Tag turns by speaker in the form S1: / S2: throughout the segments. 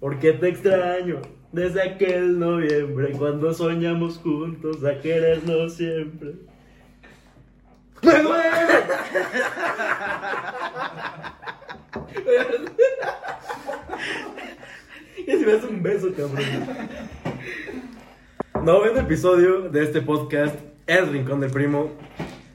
S1: Porque te extraño desde aquel noviembre cuando soñamos juntos a querernos siempre. ¡Me duele! y si me das un beso, cabrón. Noveno episodio de este podcast, El Rincón del Primo.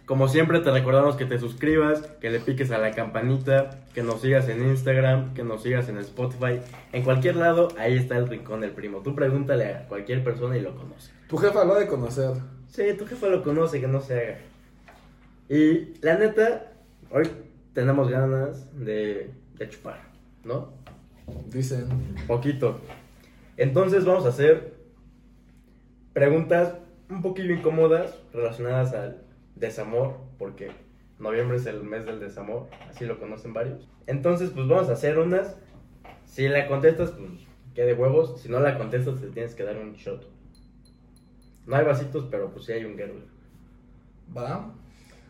S1: Como siempre, te recordamos que te suscribas, que le piques a la campanita, que nos sigas en Instagram, que nos sigas en Spotify. En cualquier lado, ahí está El Rincón del Primo. Tú pregúntale a cualquier persona y lo conoce.
S2: Tu jefa lo ha de conocer.
S1: Sí, tu jefa lo conoce, que no se haga. Y la neta, hoy tenemos ganas de, de chupar, ¿no?
S2: Dicen.
S1: Poquito. Entonces vamos a hacer preguntas un poquito incómodas relacionadas al desamor, porque noviembre es el mes del desamor, así lo conocen varios. Entonces, pues vamos a hacer unas. Si la contestas, pues que de huevos. Si no la contestas, te tienes que dar un shot. No hay vasitos, pero pues sí hay un Gerber.
S2: ¿Va?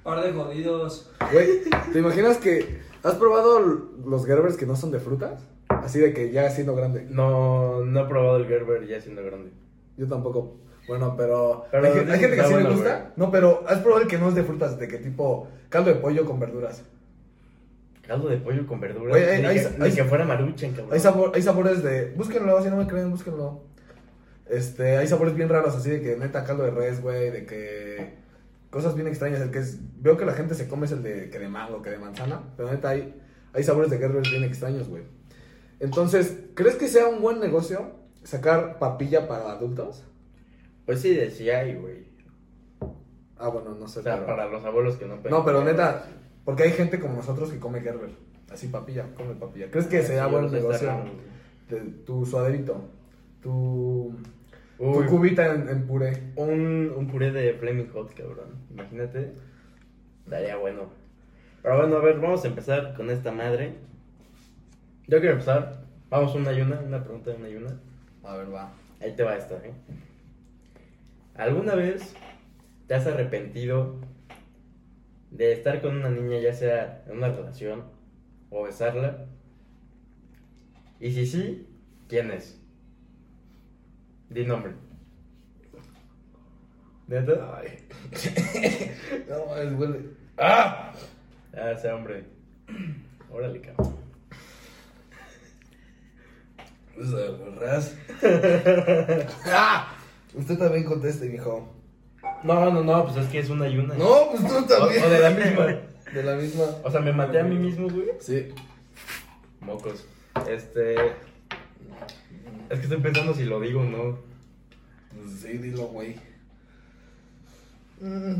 S3: Par de jodidos.
S2: Güey, ¿te imaginas que has probado l- los Gerbers que no son de frutas? Así de que ya siendo grande.
S1: No, no he probado el Gerber ya siendo grande.
S2: Yo tampoco. Bueno, pero.
S1: Pero
S2: hay, gen-
S1: dicen
S2: hay gente
S1: que
S2: que sí
S1: está
S2: le
S1: bueno,
S2: gusta.
S1: güey.
S2: No, pero has probado el que no es de frutas, de que tipo caldo de pollo con verduras.
S1: Caldo de pollo con verduras.
S2: Oye, hay-
S1: ni
S2: hay-
S1: que, ni
S2: hay-
S1: que fuera maruchan, cabrón.
S2: Hay, sabor- hay sabores de. Búsquenlo, si no me creen, búsquenlo. Este, hay sabores bien raros, así de que neta caldo de res, güey, de que. Cosas bien extrañas. El que es, veo que la gente se come es el de, que de mango, que de manzana. Pero neta, hay, hay sabores de Gerber bien extraños, güey. Entonces, ¿crees que sea un buen negocio sacar papilla para adultos?
S1: Pues sí, decía hay, güey.
S2: Ah, bueno, no sé.
S1: O sea,
S2: pero-
S1: para los abuelos que no pegan.
S2: No, pero neta, porque hay gente como nosotros que come Gerber. Así papilla, come papilla. ¿Crees que sea
S1: Sí,
S2: buen
S1: está
S2: negocio?
S1: raro, güey.
S2: de- tu suaderito, tu.
S1: Uy,
S2: Tu cubita en, en puré.
S1: un, un puré de Flaming Hot, cabrón. Imagínate. Estaría bueno. Pero bueno, a ver, vamos a empezar con esta madre. Yo quiero empezar. Vamos una y una, una pregunta de una y una.
S2: A ver, va.
S1: Ahí te va esta, ¿eh? ¿Alguna vez te has arrepentido de estar con una niña, ya sea en una relación o besarla? Y si sí, ¿quién es? Di nombre. ¿Neta?
S2: Ay. no, es huele. ¡Ah!
S1: Ah, sea hombre. Órale, cabrón.
S2: Pues, ¿Ras? ¡Ah! Usted también conteste, mijo.
S1: No, no, no, pues es que es una y una.
S2: No, pues tú también.
S1: O- o de la misma.
S2: De la misma.
S1: O sea, me maté a mí mismo, güey.
S2: Sí.
S1: Mocos. Este. Es que estoy pensando si lo digo o no.
S2: Pues sí, dilo, güey. Mm.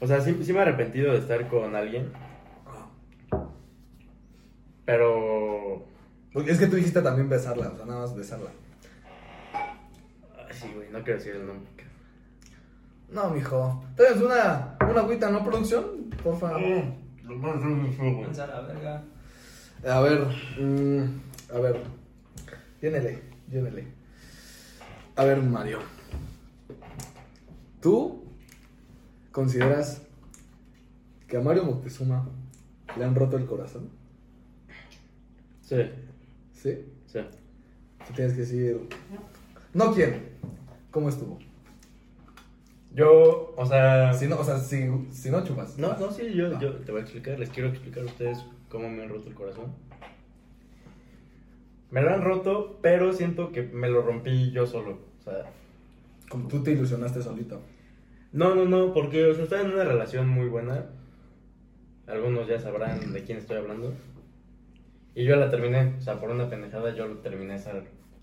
S1: O sea, sí, sí me he arrepentido de estar con alguien, pero.
S2: Porque es que tú dijiste también besarla, o sea, nada más besarla.
S1: Ay, sí, güey, no quiero decir el nombre. cabrón.
S2: No, mijo. ¿Traes una, una agüita, no producción? Por favor.
S3: Piensa la verga.
S2: A ver, mm, a ver. Llénele, llénele. A ver, Mario. ¿Tú consideras que a Mario Moctezuma le han roto el corazón?
S1: Sí,
S2: ¿Sí?
S1: sí.
S2: Tú tienes que decir. No quién. ¿Cómo estuvo?
S1: Yo, o sea.
S2: Si no, o sea, si, si no chupas.
S1: No, no, sí, yo,
S2: Ah.
S1: yo te voy a explicar, les quiero explicar a ustedes cómo me han roto el corazón. Me lo han roto, pero siento que me lo rompí yo solo. O sea,
S2: Como tú te ilusionaste solito.
S1: no, no, no, porque o sea, estaba en una relación muy buena. Algunos ya sabrán de quién estoy hablando. Y yo la terminé, o sea, por una pendejada yo terminé esa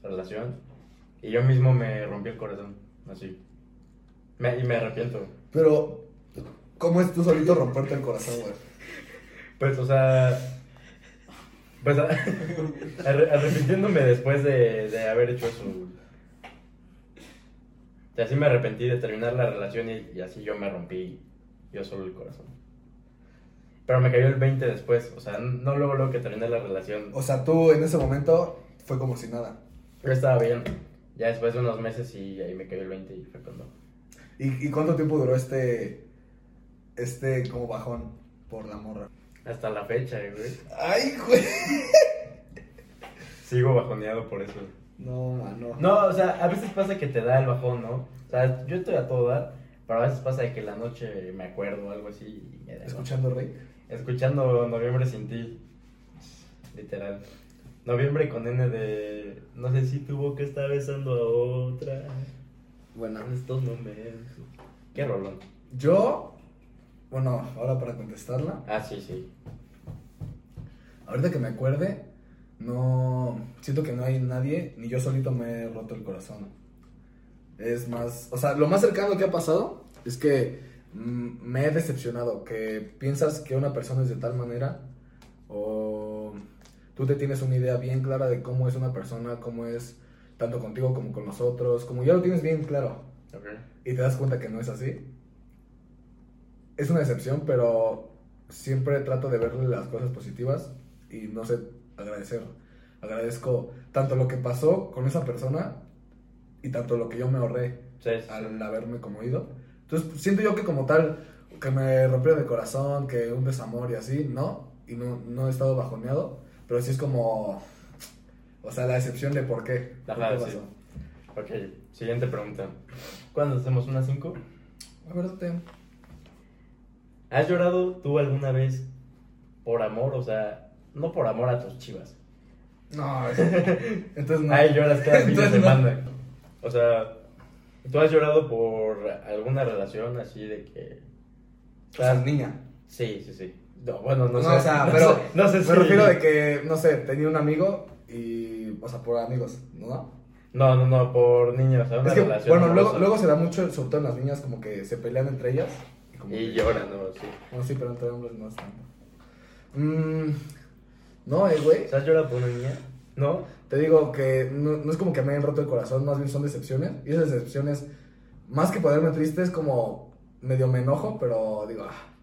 S1: relación. Y yo mismo me rompí el corazón, así. Me- y me arrepiento.
S2: Pero, ¿cómo es tú solito romperte el corazón, güey?
S1: Pues, o sea. Pues, a- arre- arrepintiéndome después de, de haber hecho eso. güey. Y así me arrepentí de terminar la relación y, y así yo me rompí yo solo el corazón. Pero me cayó el 20 después, o sea, no luego, luego que terminé la relación.
S2: O sea, tú en ese momento fue como si nada.
S1: Yo estaba bien. Ya después de unos meses y ahí me cayó el 20 y fue cuando.
S2: ¿Y, y cuánto tiempo duró este. este como bajón por la morra?
S1: Hasta la fecha, güey.
S2: ¡Ay, güey!
S1: Sigo bajoneado por eso.
S2: No, mano.
S1: No, o sea, a veces pasa que te da el bajón, ¿no? O sea, yo estoy a todo dar, pero a veces pasa de que en la noche me acuerdo o algo así y me da.
S2: Escuchando Rey.
S1: Escuchando Noviembre sin ti. Literal. Noviembre con N de. No sé si tuvo que estar besando a otra.
S2: Bueno,
S1: En estos momentos. Qué rolón.
S2: yo. Bueno, ahora para contestarla.
S1: Ah, sí, sí.
S2: Ahorita que me acuerde, no. Siento que no hay nadie, ni yo solito me he roto el corazón. Es más. O sea, lo más cercano que ha pasado es que mm, me he decepcionado. Que piensas que una persona es de tal manera, o tú te tienes una idea bien clara de cómo es una persona, cómo es tanto contigo como con nosotros, como ya lo tienes bien claro
S1: Ok.
S2: y te das cuenta que no es así. Es una decepción, pero siempre trato de verle las cosas positivas y no sé agradecer. Agradezco tanto lo que pasó con esa persona y tanto lo que yo me ahorré
S1: Sí, sí.
S2: al haberme como ido. Entonces pues, siento yo que como tal, que me rompieron el corazón, que un desamor y así, no, y no, no he estado bajoneado, pero sí es como, o sea, la decepción de por qué. ¿Por
S1: Ajá,
S2: qué
S1: sí. Ok, siguiente pregunta. ¿Cuándo hacemos una 5?
S2: A ver, date.
S1: ¿Has llorado tú alguna vez por amor? O sea, no por amor a tus chivas. Ah,
S2: No, es- entonces no.
S1: Ay, lloras cada fin de
S2: Entonces, no.
S1: semana. O sea, ¿tú has llorado por alguna relación así de que.
S2: O sea, niña.
S1: Sí, sí, sí. No, bueno, no,
S2: No,
S1: sé.
S2: o sea,
S1: no
S2: pero
S1: sé- no sé
S2: me
S1: si-
S2: refiero de que, no sé, tenía un amigo y, o sea, por amigos, ¿no?
S1: No, no, no, por niños. O sea, una
S2: es que,
S1: relación.
S2: bueno, luego,
S1: amorosa.
S2: luego se da mucho, sobre todo en las niñas, como que se pelean entre ellas. Y, como
S1: Y
S2: que-
S1: lloran, ¿no? Sí.
S2: Bueno, sí, pero entre hombres no es tanto. Mm, no, eh, güey.
S1: O sea, ¿Has llorado por una niña? No.
S2: Te digo que no, no es como que me hayan roto el corazón, más bien son decepciones. Y esas decepciones, más que ponerme triste, es como medio me enojo, pero digo, ah,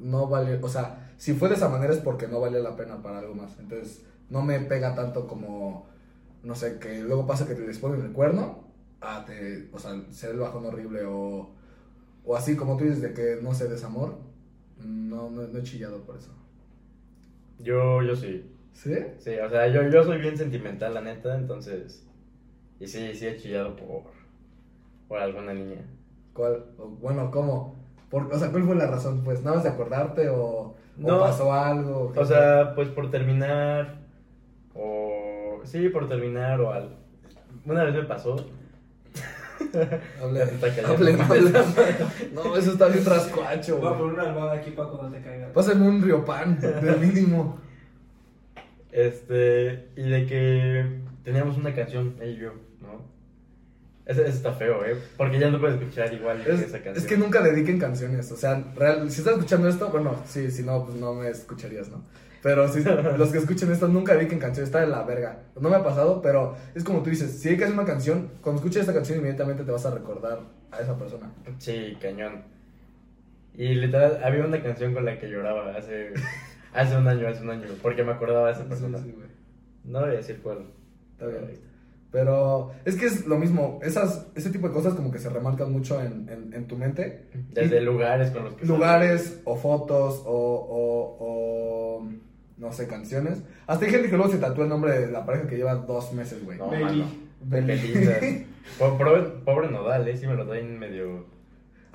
S2: no vale. O sea, si fue de esa manera es porque no valió la pena para algo más. Entonces, no me pega tanto como, no sé, que luego pasa que te les ponen el cuerno, ah, te, o sea, se ve el bajón horrible, o, o así como tú dices de que no sé, desamor. No, no, no he chillado por eso.
S1: Yo, yo sí.
S2: ¿Sí?
S1: Sí, o sea, yo, yo soy bien sentimental, la neta, entonces. Y sí, sí he chillado por. por alguna niña.
S2: ¿Cuál? O, bueno, ¿cómo? Por, o sea, ¿cuál fue la razón? Pues nada más de acordarte o, o
S1: No.
S2: pasó algo.
S1: O sea, pues por terminar. O. Sí, por terminar o algo. Una vez me pasó.
S2: hable,
S1: ya se está cayendo.
S2: hable, hable. No, eso está bien rascuacho.
S3: Voy a
S2: güey.
S3: poner una almohada aquí para cuando te caiga.
S2: Pásame un riopan, de mínimo.
S1: Este. Y de que teníamos una canción, ella y yo, ¿no? Eso, eso está feo, ¿eh? Porque ya no puedes escuchar igual
S2: Es,
S1: esa canción.
S2: es que nunca dediquen canciones. O sea, real, si estás escuchando esto, bueno, sí, si no, pues no me escucharías, ¿no? Pero si los que escuchen esto nunca dediquen canciones, está de la verga. No me ha pasado, pero es como tú dices: si dedicas una canción, cuando escuches esta canción, inmediatamente te vas a recordar a esa persona.
S1: Sí, cañón. Y literal, había una canción con la que lloraba hace, hace un año, hace un año, porque me acordaba de esa persona.
S2: Sí, sí, güey.
S1: No voy a decir cuál.
S2: Está bien. Pero es que es lo mismo, esas, ese tipo de cosas como que se remarcan mucho en, en, en tu mente.
S1: Desde
S2: Y-
S1: lugares con los que...
S2: Lugares o fotos o, o, o, no sé, canciones. Hasta hay gente que luego se tatúa el nombre de la pareja que lleva dos meses, güey.
S1: No,
S3: Belly.
S1: mano.
S2: Belly.
S1: Belinda. Po- Pobre, pobre Nodal, ¿eh? Sí me lo traen medio...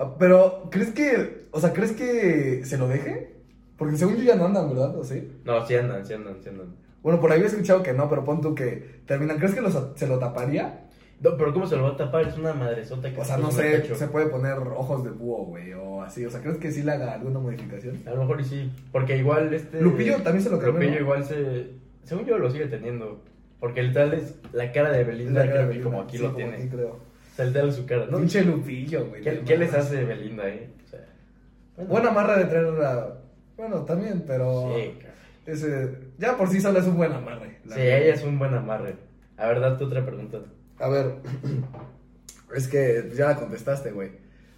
S2: Ah, Pero, ¿crees que, o sea, crees que se lo deje? Porque según yo ya no andan, ¿verdad? ¿O sí?
S1: No, sí andan, sí andan, sí andan.
S2: Bueno, por ahí había escuchado que no, pero pon tú que terminan. ¿Crees que los- se lo taparía?
S1: No, pero ¿cómo se lo va a tapar? Es una madresota que
S2: O
S1: se
S2: sea, no
S1: puso en el
S2: sé,
S1: pecho.
S2: se puede poner ojos de búho, güey, o así. O sea, ¿crees que sí le haga alguna modificación?
S1: A lo mejor y sí, porque igual este...
S2: Lupillo también se lo cambió.
S1: Lupillo
S2: ¿no?
S1: igual se... Según yo lo sigue teniendo, porque literal es la cara de Belinda,
S2: La cara
S1: creo
S2: de
S1: que
S2: Belinda,
S1: como aquí
S2: sí,
S1: lo
S2: como
S1: tiene.
S2: aquí creo.
S1: O sea, literal su cara, ¿no?
S2: Pinche Lupillo, güey.
S1: ¿Qué,
S2: no
S1: qué les
S2: mames.
S1: hace Belinda, eh? O sea, bueno.
S2: Buena amarra de traer la... Bueno, también, pero...
S1: Sí, cabrón.
S2: Ese... Ya por sí solo es un buen amarre. la
S1: Sí,
S2: verdad.
S1: ella es un buen amarre. A ver, date otra pregunta.
S2: A ver, es que ya la contestaste, güey.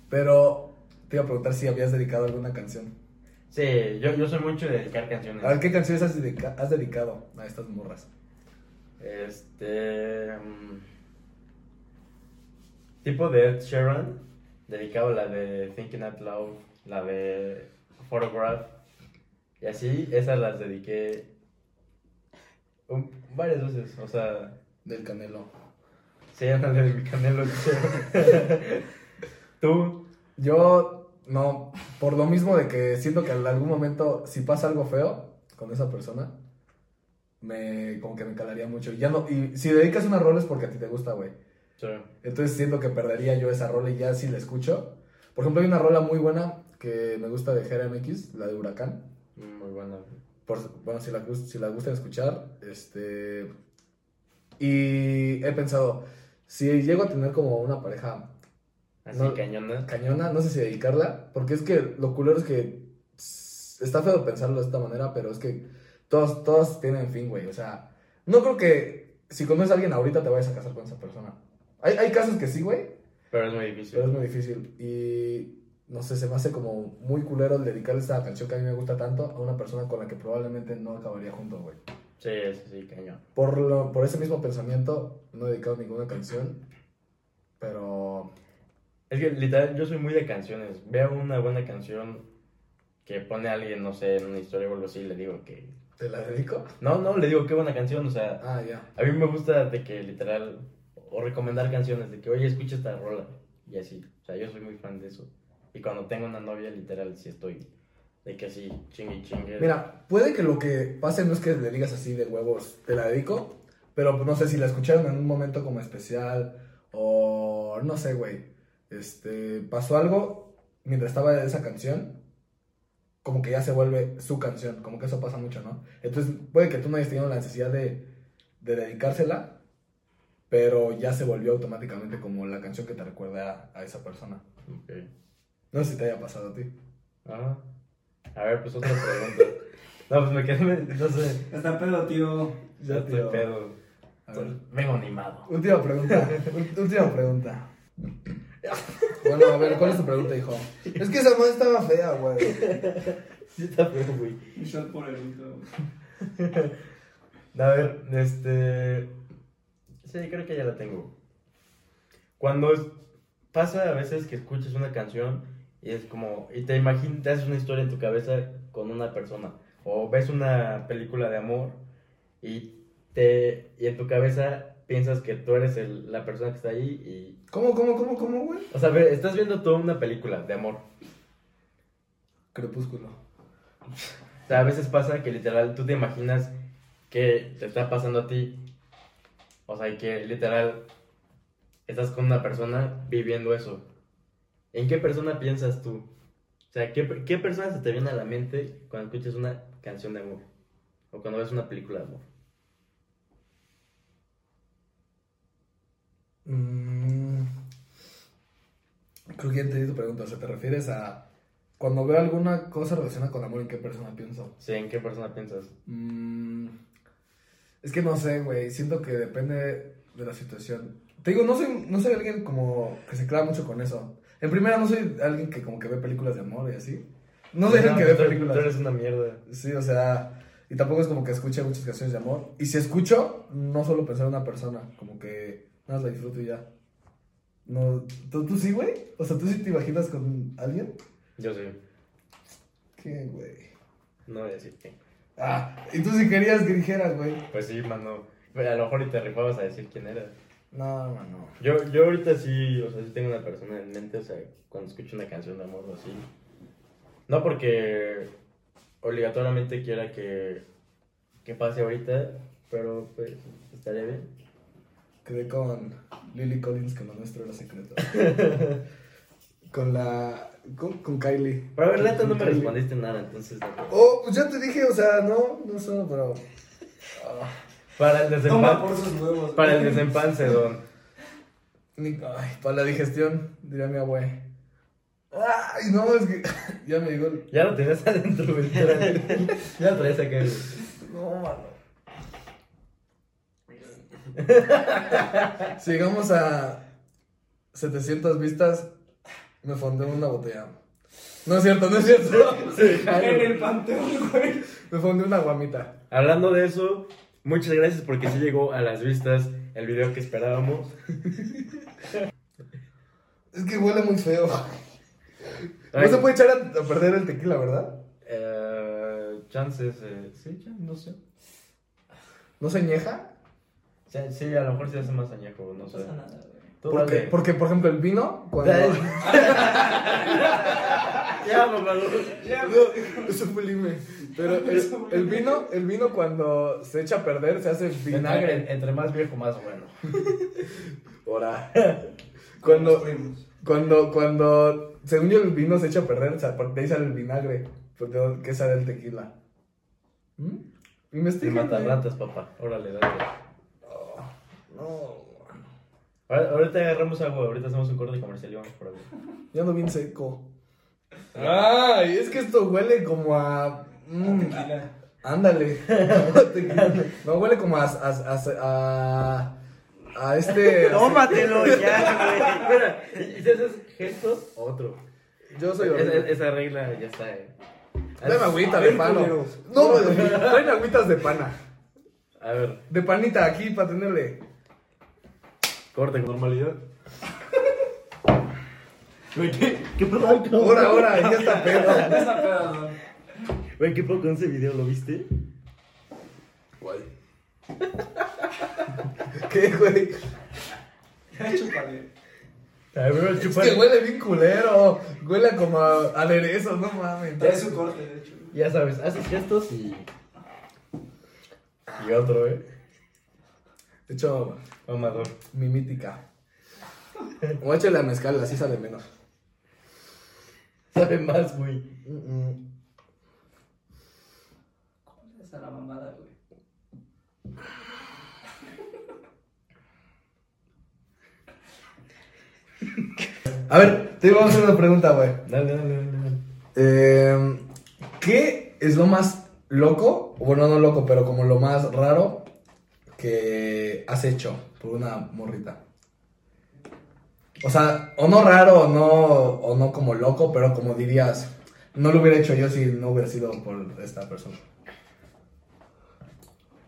S2: Pero te iba a preguntar si habías dedicado alguna canción.
S1: Sí, yo, yo soy mucho de dedicar canciones.
S2: A ver, ¿qué canciones has, dedica- has dedicado a estas morras?
S1: Este. mm, tipo de Ed Sheeran, dedicado a la de Thinking Out Loud, la de Photograph. Y así, esas las dediqué um, varias veces. O sea,
S2: Del Canelo.
S1: Sí, ándale de mi canelo. dice. Tú,
S2: Yo, no, por lo mismo de que siento que en algún momento, si pasa algo feo con esa persona, me, como que me calaría mucho. Y Ya no, y si dedicas una rola es porque a ti te gusta, güey.
S1: sí.
S2: Entonces siento que perdería yo esa rola y ya si la escucho. Por ejemplo, hay una rola muy buena que me gusta de Jera MX, la de Huracán.
S1: muy buena.
S2: Por- bueno, si la, gus- si la gustan escuchar, este... Y he pensado, si llego a tener como una pareja
S1: Así
S2: No.
S1: cañona.
S2: cañona, no sé si dedicarla, porque es que lo culero es que s- está feo pensarlo de esta manera, pero es que todas, todas tienen fin, güey. O sea, no creo que si conoces a alguien ahorita te vayas a casar con esa persona. Hay, hay casos que sí, güey,
S1: Pero es muy difícil.
S2: pero es muy difícil. Y no sé, se me hace como muy culero el dedicarle esta canción que a mí me gusta tanto a una persona con la que probablemente no acabaría juntos, güey.
S1: Sí, sí, sí, cañón.
S2: Por, lo- por ese mismo pensamiento, no he dedicado ninguna canción, pero
S1: Es que literal, yo soy muy de canciones. Veo una buena canción que pone a alguien, no sé, en una historia o algo así, le digo que.
S2: ¿te la dedico?
S1: No, no, le digo qué buena canción. O sea,
S2: Ah, ya.
S1: a mí me gusta de que literal, o recomendar canciones, de que, oye, escucha esta rola. Y así. O sea, yo soy muy fan de eso. Y cuando tengo una novia, literal, sí estoy. De que así, chingue, chingue.
S2: Mira, puede que lo que pase no es que le digas así de huevos, te la dedico, pero pues, no sé si la escucharon en un momento como especial o no sé, güey. Este, pasó algo mientras estaba esa canción, como que ya se vuelve su canción, como que eso pasa mucho, ¿no? Entonces, puede que tú no hayas tenido la necesidad de, de dedicársela, pero ya se volvió automáticamente como la canción que te recuerda a, a esa persona.
S1: Ok.
S2: No sé si te haya pasado a ti.
S1: Ah. A ver, pues otra pregunta. no, pues me quedé. No sé.
S3: Está pedo, tío.
S1: Ya estoy
S2: tío.
S1: pedo.
S2: A ver.
S1: Vengo animado.
S2: Última pregunta. ul- última pregunta. Bueno, a ver, ¿cuál es tu pregunta, hijo? Es que esa madre estaba fea, güey.
S1: Sí, está feo, güey.
S3: Un shot por el hito.
S1: A ver, este. Sí, creo que ya la tengo. Cuando es- pasa a veces que escuchas una canción y es como. Y te imaginas, te haces una historia en tu cabeza con una persona. O ves una película de amor y te. Y en tu cabeza piensas que tú eres el- la persona que está ahí y
S2: ¿Cómo, cómo, cómo, cómo, güey?
S1: O sea, ve, estás viendo toda una película de amor.
S2: Crepúsculo.
S1: O sea, a veces pasa que literal tú te imaginas que te está pasando a ti. O sea, que literal estás con una persona viviendo eso. ¿En qué persona piensas tú? O sea, ¿qué, per- qué persona se te viene a la mente cuando escuchas una canción de amor? O cuando ves una película de amor.
S2: Mm, creo que ya entendí tu pregunta. O sea, ¿te refieres a cuando veo alguna cosa relacionada con amor, en qué persona pienso?
S1: Sí, ¿en qué persona piensas?
S2: Mm, es que no sé, güey. Siento que depende de la situación. Te digo, no soy, no soy alguien como que se clava mucho con eso. En primera, no soy alguien que como que ve películas de amor y así. No soy alguien que ve
S1: tú-
S2: películas.
S1: Tú eres una mierda.
S2: Sí, o sea, y tampoco es como que escuche muchas canciones de amor. Y si escucho, no solo pensar en una persona, como que nada más la disfruto y ya. No, ¿tú, tú sí, güey? O sea, ¿tú sí te imaginas con alguien?
S1: Yo sí.
S2: ¿Qué, güey?
S1: No voy a decir quién.
S2: Ah, y tú sí querías que dijeras, güey.
S1: Pues sí, mano. A lo mejor y te rifabas a decir quién era.
S2: No, mano.
S1: Yo, yo ahorita sí, o sea, sí tengo una persona en mente, o sea, cuando escucho una canción de amor o así. No porque obligatoriamente quiera que, que pase ahorita, pero pues estaría bien.
S2: Quedé con Lily Collins, que lo nuestro era secreto. con la. Con, con Kylie.
S1: Pero a ver, neta, no me
S2: Kylie.
S1: respondiste nada, entonces. no.
S2: Oh, pues ya te dije, o sea, no, no solo, pero. ah,
S1: Para el
S3: Toma
S1: desempan,
S3: por sus huevos.
S1: para el desempance, don.
S2: ni- ay, para la digestión, diría mi abue. Ay, no, es que. ya me digo.
S1: Ya lo tenías adentro, güey. Ya lo traías acá, güey.
S2: No, mano. si llegamos a 700 vistas, me fondé una botella. No es cierto, no es cierto.
S3: En el panteón, güey.
S2: Me fondé una guamita.
S1: Hablando de eso, muchas gracias porque sí llegó a las vistas el video que esperábamos.
S2: Es que huele muy feo. No
S1: Ay.
S2: se puede echar a, a perder el tequila, ¿verdad?
S1: Eh, chances, eh, sí, ya, no sé.
S2: ¿No se añeja?
S1: Sí, sí, a lo mejor se hace más añejo, no
S4: No
S1: sé.
S4: pasa nada, güey.
S1: Tú
S2: Porque,
S1: dale.
S2: porque, por ejemplo, el vino, cuando.
S1: ya, papá.
S2: No, sublime. Pero el, el vino, el vino cuando se echa a perder se hace vinagre.
S1: Entre, entre más viejo, más bueno.
S2: Ora.
S3: Los
S2: Cuando,
S3: primos.
S2: cuando, cuando, según yo, el vino se echa a perder, o sea, por- de ahí sale el vinagre, pues, de- que sale el tequila. ¿Mm?
S1: Te
S2: Investiga.
S1: matan ratas, papá. Órale, dale.
S2: Oh, No,
S1: Ahora- Ahorita agarramos agua, ahorita hacemos un corte comercial y vamos por agua.
S2: ya ando bien seco. Ay, es que esto huele como a. mm,
S3: Tequila.
S2: Ándale. No, huele como a. a, a, a, a este.
S4: Tómatelo Oh, ya, güey.
S1: Espera, y si haces gestos, otro.
S2: Yo soy
S1: Esa,
S2: horrible.
S1: esa regla ya está. eh.
S2: Dame agüita
S3: A
S2: de
S3: ver,
S2: pano.
S3: culero.
S2: No, traen agüitas de pana.
S1: A ver,
S2: De panita aquí para tenerle.
S1: corte con normalidad.
S5: Güey, qué, qué poco.
S2: Ahora, ahora, ya está pedo.
S3: No está pedo, ¿no?
S5: Güey, qué poco en ese video, ¿lo viste?
S2: ¿Qué, güey?
S3: Ya chúpale.
S1: A ver,
S2: Es que huele bien culero. Huele como a aderezos, no mames.
S3: Trae su corte, de hecho.
S1: Ya sabes, haces gestos y. Y otro, eh.
S2: De hecho,
S1: Mamador.
S2: mi mítica. O échale a mezcal, así sale menos.
S1: Sabe más, güey.
S2: Mm, mm.
S4: ¿Cuál es la mamada, güey?
S2: A ver, te vamos a hacer una pregunta, güey.
S1: Dale, dale, dale. dale.
S2: Eh, ¿Qué es lo más loco? Bueno, no loco, pero como lo más raro que has hecho por una morrita. O sea, o no raro, o no, o no como loco, pero como dirías, no lo hubiera hecho yo si no hubiera sido por esta persona.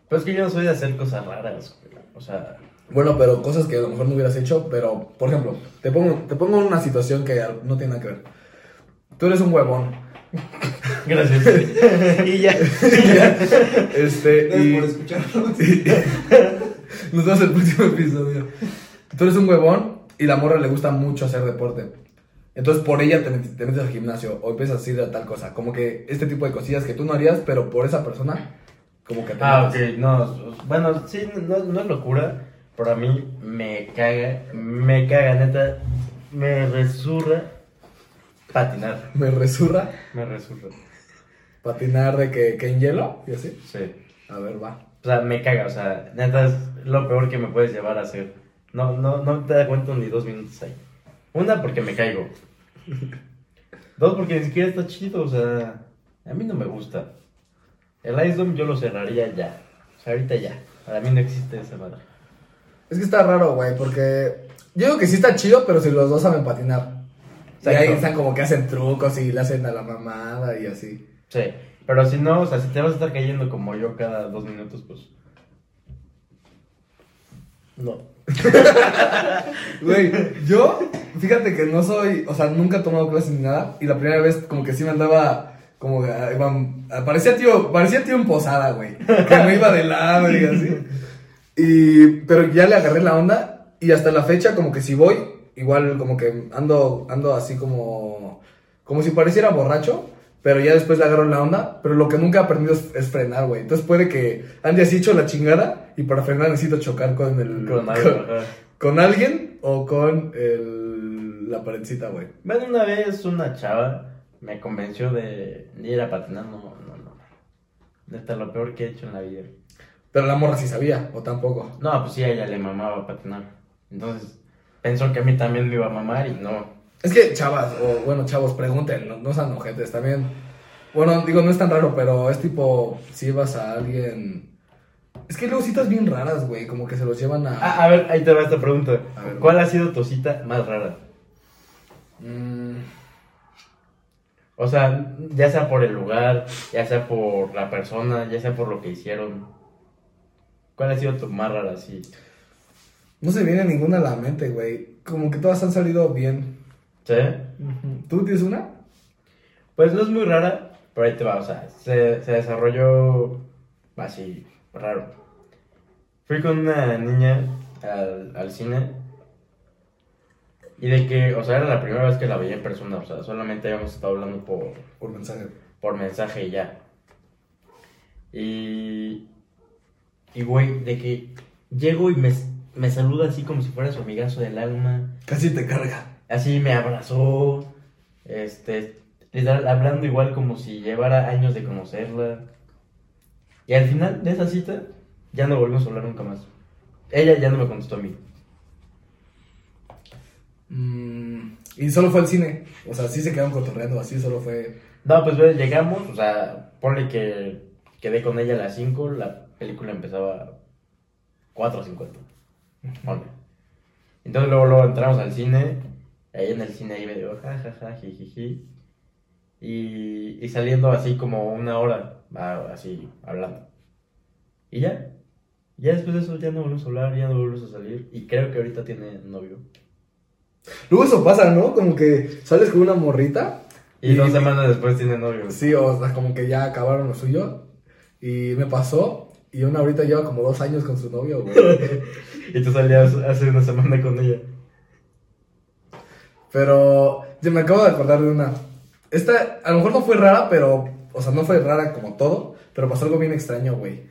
S1: Pero es que yo no soy de hacer cosas raras, güey. O sea,
S2: Bueno, pero cosas que a lo mejor no hubieras hecho, pero, por ejemplo, te pongo, te pongo una situación que no tiene nada que ver. Tú eres un huevón.
S1: gracias.
S4: Y ya.
S2: Este,
S3: Gracias
S2: y-
S3: por escucharnos.
S2: Nos vemos el próximo episodio. Tú eres un huevón y la morra le gusta mucho hacer deporte. Entonces por ella te, met- te metes al gimnasio o empiezas a hacer a tal cosa. Como que este tipo de cosillas que tú no harías, pero por esa persona, como que te
S1: Ah,
S2: metes.
S1: ok, no, bueno, sí, no, no es locura, pero a mí me caga, me caga, neta, me resurra patinar,
S2: Me resurra
S1: me resurra,
S2: patinar de que, que en hielo y así.
S1: sí,
S2: A ver, va.
S1: o sea, me caga, o sea, neta es lo peor que me puedes llevar a hacer, no, no, no te cuento ni dos minutos ahí, una, porque me caigo, dos, porque ni siquiera está chido, o sea, a mí no me gusta, el Ice Dome yo lo cerraría ya, o sea, ahorita ya, para mí no existe esa madre.
S2: Es que está raro, güey, porque yo digo que sí está chido, pero si los dos saben patinar. Y ahí
S1: Exacto.
S2: están como que hacen trucos y le hacen a la mamada y así.
S1: Sí, pero si no, o sea, si te vas a estar cayendo como yo cada dos minutos, pues. No.
S2: Güey, yo, fíjate que no soy, o sea, nunca he tomado clases ni nada. Y la primera vez, como que sí me andaba, como, que, ah, iba- parecía tío, parecía tío en posada, güey. Que me iba de lado y así. Y, pero ya le agarré la onda. Y hasta la fecha, como que si voy, igual, como que ando, ando así como, como si pareciera borracho. Pero ya después le agarro la onda. Pero lo que nunca he aprendido es, es frenar, güey. Entonces puede que ande así hecho la chingada. Y para frenar necesito chocar con el.
S1: Con
S2: con-
S1: algo, ajá.
S2: ¿Con alguien o con el- la parencita, güey?
S1: Bueno, una vez una chava me convenció de ir a patinar. No, no, no. Neta, lo peor que he hecho en la vida.
S2: Pero la morra sí sabía, o tampoco.
S1: No, pues sí, a ella le mamaba patinar. Entonces, pensó que a mí también me iba a mamar y no.
S2: Es que, chavas, o bueno, chavos, pregunten, no, no sean ojetes también. Bueno, digo, no es tan raro, pero es tipo, si vas a alguien... Es que luego citas bien raras, güey, como que se los llevan a...
S1: Ah, a ver, ahí te va esta pregunta.
S2: A ver.
S1: ¿Cuál ha sido tu cita más rara?
S2: Mm,
S1: O sea, ya sea por el lugar, ya sea por la persona, ya sea por lo que hicieron. ¿Cuál ha sido tu más rara, sí?
S2: no se viene ninguna a la mente, güey. Como que todas han salido bien.
S1: ¿Sí?
S2: ¿Tú tienes una?
S1: Pues no es muy rara, pero ahí te va, o sea, se, se desarrolló así, raro. Fui con una niña al, al cine. Y de que, o sea, era la primera vez que la veía en persona. O sea, solamente habíamos estado hablando por,
S2: Por mensaje.
S1: por mensaje y ya. Y. Y güey, de que llego y me, me saluda así como si fuera su amigazo del alma.
S2: Casi te carga.
S1: Así me abrazó. Este. literal, Hablando igual como si llevara años de conocerla. Y al final de esa cita, ya no volvimos a hablar nunca más. Ella ya no me contestó a mí.
S2: Mm, y solo fue al cine. O sea, sí se quedaron cotorreando, así solo fue.
S1: No, pues güey, llegamos, o sea, ponle que quedé con ella a las 5, la película empezaba 4.50. Ponle. Entonces luego, luego entramos al cine, ahí en el cine ahí medio ja, ja, ja, jijiji. Y, y saliendo así como una hora, a- así, hablando. Y ya. Ya después de eso ya no volvemos a hablar, ya no volvemos a salir. Y creo que ahorita tiene novio.
S2: Luego eso pasa, ¿no? Como que sales con una morrita. pues
S1: Y, dos semanas después tiene novio.
S2: Sí, o sea, como que ya acabaron lo suyo. Y me pasó. Y una ahorita lleva como dos años con su novio, güey.
S1: Y tú salías hace una semana con ella.
S2: Pero yo me acabo de acordar de una. Esta, a lo mejor no fue rara, pero. O sea, no fue rara como todo. Pero pasó algo bien extraño, güey.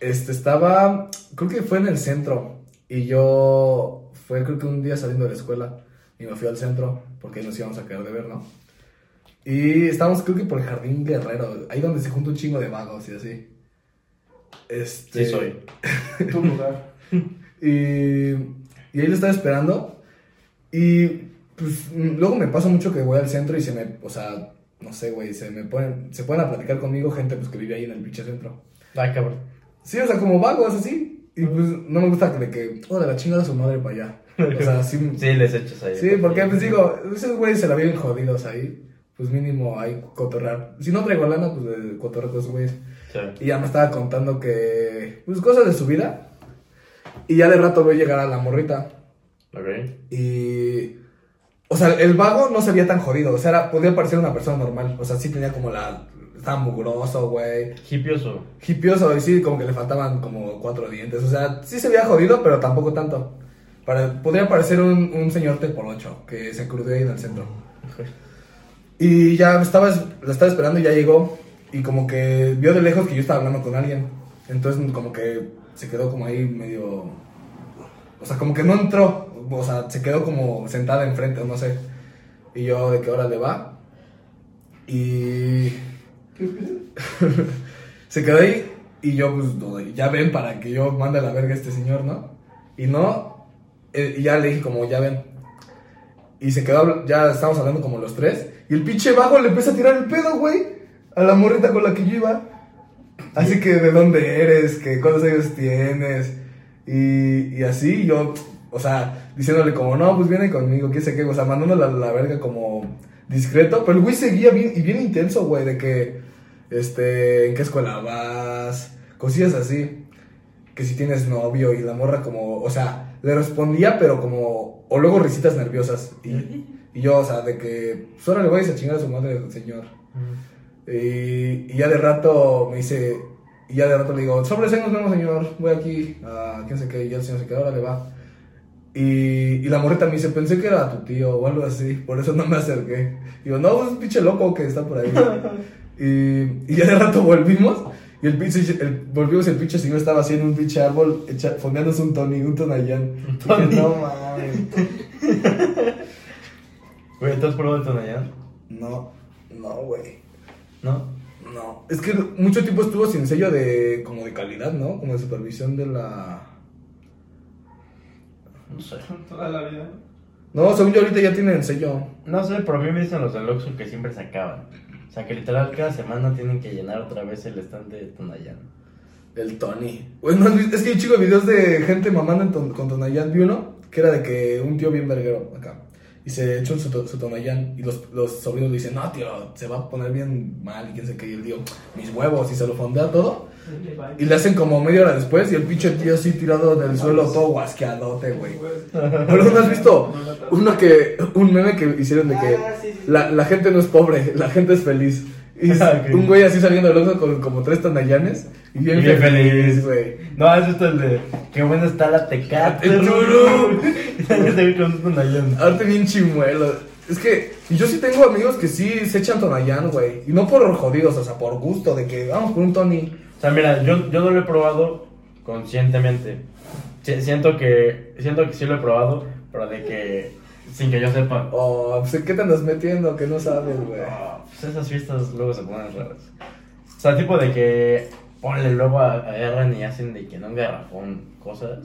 S2: Este, estaba. Creo que fue en el centro. Y yo. Fue, creo que un día saliendo de la escuela. Y me fui al centro. Porque ahí nos íbamos a quedar de ver, ¿no? Y estábamos, creo que por el Jardín Guerrero. Ahí donde se junta un chingo de vagos y así. Este.
S1: Sí, soy.
S3: Tu lugar.
S2: Y, y ahí lo estaba esperando. Y pues mm, luego me pasa mucho que voy al centro y se me, o sea, no sé, güey, se me ponen, se ponen a platicar conmigo gente pues que vive ahí en el pinche centro.
S1: Ah, cabrón.
S2: Sí, o sea, como vagos así. Y pues no me gusta que de que, oh, de la chingada su madre para allá. O sea, sí, sí,
S1: Sí, les echas ahí.
S2: porque pues digo, esos güeyes se la viven jodidos ahí. Pues mínimo hay cotorrar. Si no traigo lana, pues eh, cotorrar con esos güeyes.
S1: Sí.
S2: Y ya me estaba contando que, pues cosas de su vida. Y ya de rato veo llegar a la morrita.
S1: Ok.
S2: Y. O sea, el vago no se veía tan jodido. O sea, era- podía parecer una persona normal. O sea, sí tenía como la. Estaba mugroso, güey.
S1: Hipioso.
S2: Hipioso, y sí, como que le faltaban como cuatro dientes. O sea, sí se veía jodido, pero tampoco tanto. Para, podría parecer un, un señor T por ocho que se crudó ahí en el centro. Y ya estaba, es- la estaba esperando y ya llegó. Y como que vio de lejos que yo estaba hablando con alguien. Entonces, como que se quedó como ahí medio. O sea, como que no entró. O sea, se quedó como sentada enfrente, o no sé. Y yo, ¿de qué hora le va? Y. Se quedó ahí y yo, pues, no, ya ven para que yo mande a la verga a este señor, ¿no? Y no, eh, y ya le dije como, ya ven. Y se quedó, habl- ya estábamos hablando como los tres. Y el pinche vago le empieza a tirar el pedo, güey, a la morrita con la que yo iba. Así que, ¿de dónde eres? ¿Qué, ¿Cuántos años tienes? Y, y así, yo, o sea, diciéndole como, no, pues viene conmigo, qué sé qué, o sea, mandándole a la verga como discreto. Pero el güey seguía bien, y bien intenso, güey, de que este, en qué escuela vas, cosillas así, que si tienes novio y la morra como, o sea, le respondía, pero como, o luego risitas nerviosas, y, y yo, o sea, de que, pues ahora le voy a chingar a su madre, señor, y, y ya de rato me dice, y ya de rato le digo, sobre ese nos vemos, señor, voy aquí, a quién sé qué, y ya el señor se queda, ahora le va, y, y la morrita me dice, pensé que era tu tío o algo así, por eso no me acerqué. Digo, no, es un pinche loco que está por ahí. y, y ya de rato volvimos. Y el pinche, el, volvimos y el pinche señor estaba así en un pinche árbol, echa- fondeándose un Tony, un Tonayán. Dije, no mames.
S1: Güey, ¿tú has probado el tonallán?
S2: No, no, güey.
S1: ¿No?
S2: No. Es que mucho tiempo estuvo sin sello de, como de calidad, ¿no? Como de supervisión de la...
S1: No sé.
S3: Toda la vida.
S2: No, según yo ahorita ya tienen sello.
S1: No sé, pero a mí me dicen los del Oxxo que siempre se acaban. O sea, que literal cada semana tienen que llenar otra vez el estante de Tonayán.
S2: El Tony. Güey, ¿no has visto? es que hay un chico de videos de gente mamando en ton- con Tonayán. Vi uno que era de que un tío bien verguero acá. Y se echó su, to- su Tonayán. Y los, los sobrinos le dicen, no, tío, se va a poner bien mal. Y quién sé qué. Y él dijo, mis huevos. Y se lo fondea todo. Y le hacen como media hora después. Y el pinche tío así tirado del suelo, todo guasqueadote, güey. Pero no has visto uno que, un meme que hicieron de que
S4: Ah, sí, sí, sí.
S2: la, la gente no es pobre, la gente es feliz. Y es
S1: Ah, ok.
S2: un güey así saliendo del oso con como tres tanayanes. Y bien,
S1: Y bien
S2: feliz,
S1: feliz.
S2: güey.
S1: No, has visto el de qué bueno está la tecate.
S2: El turú.
S1: Este con un ayón.
S2: Arte bien chimuelo. Es que yo sí tengo amigos que sí se echan tonayán, güey. Y no por jodidos, o sea, por gusto de que vamos por un Tony.
S1: O sea, mira, yo, yo no lo he probado conscientemente. Si- siento que siento que sí lo he probado, pero de que sin que yo sepa.
S2: Oh, pues ¿en qué te andas metiendo? Que no sabes, güey.
S1: Ah, pues esas fiestas luego se ponen raras. O sea, tipo de que ponle luego a- agarran y hacen de que no un garrafón cosas.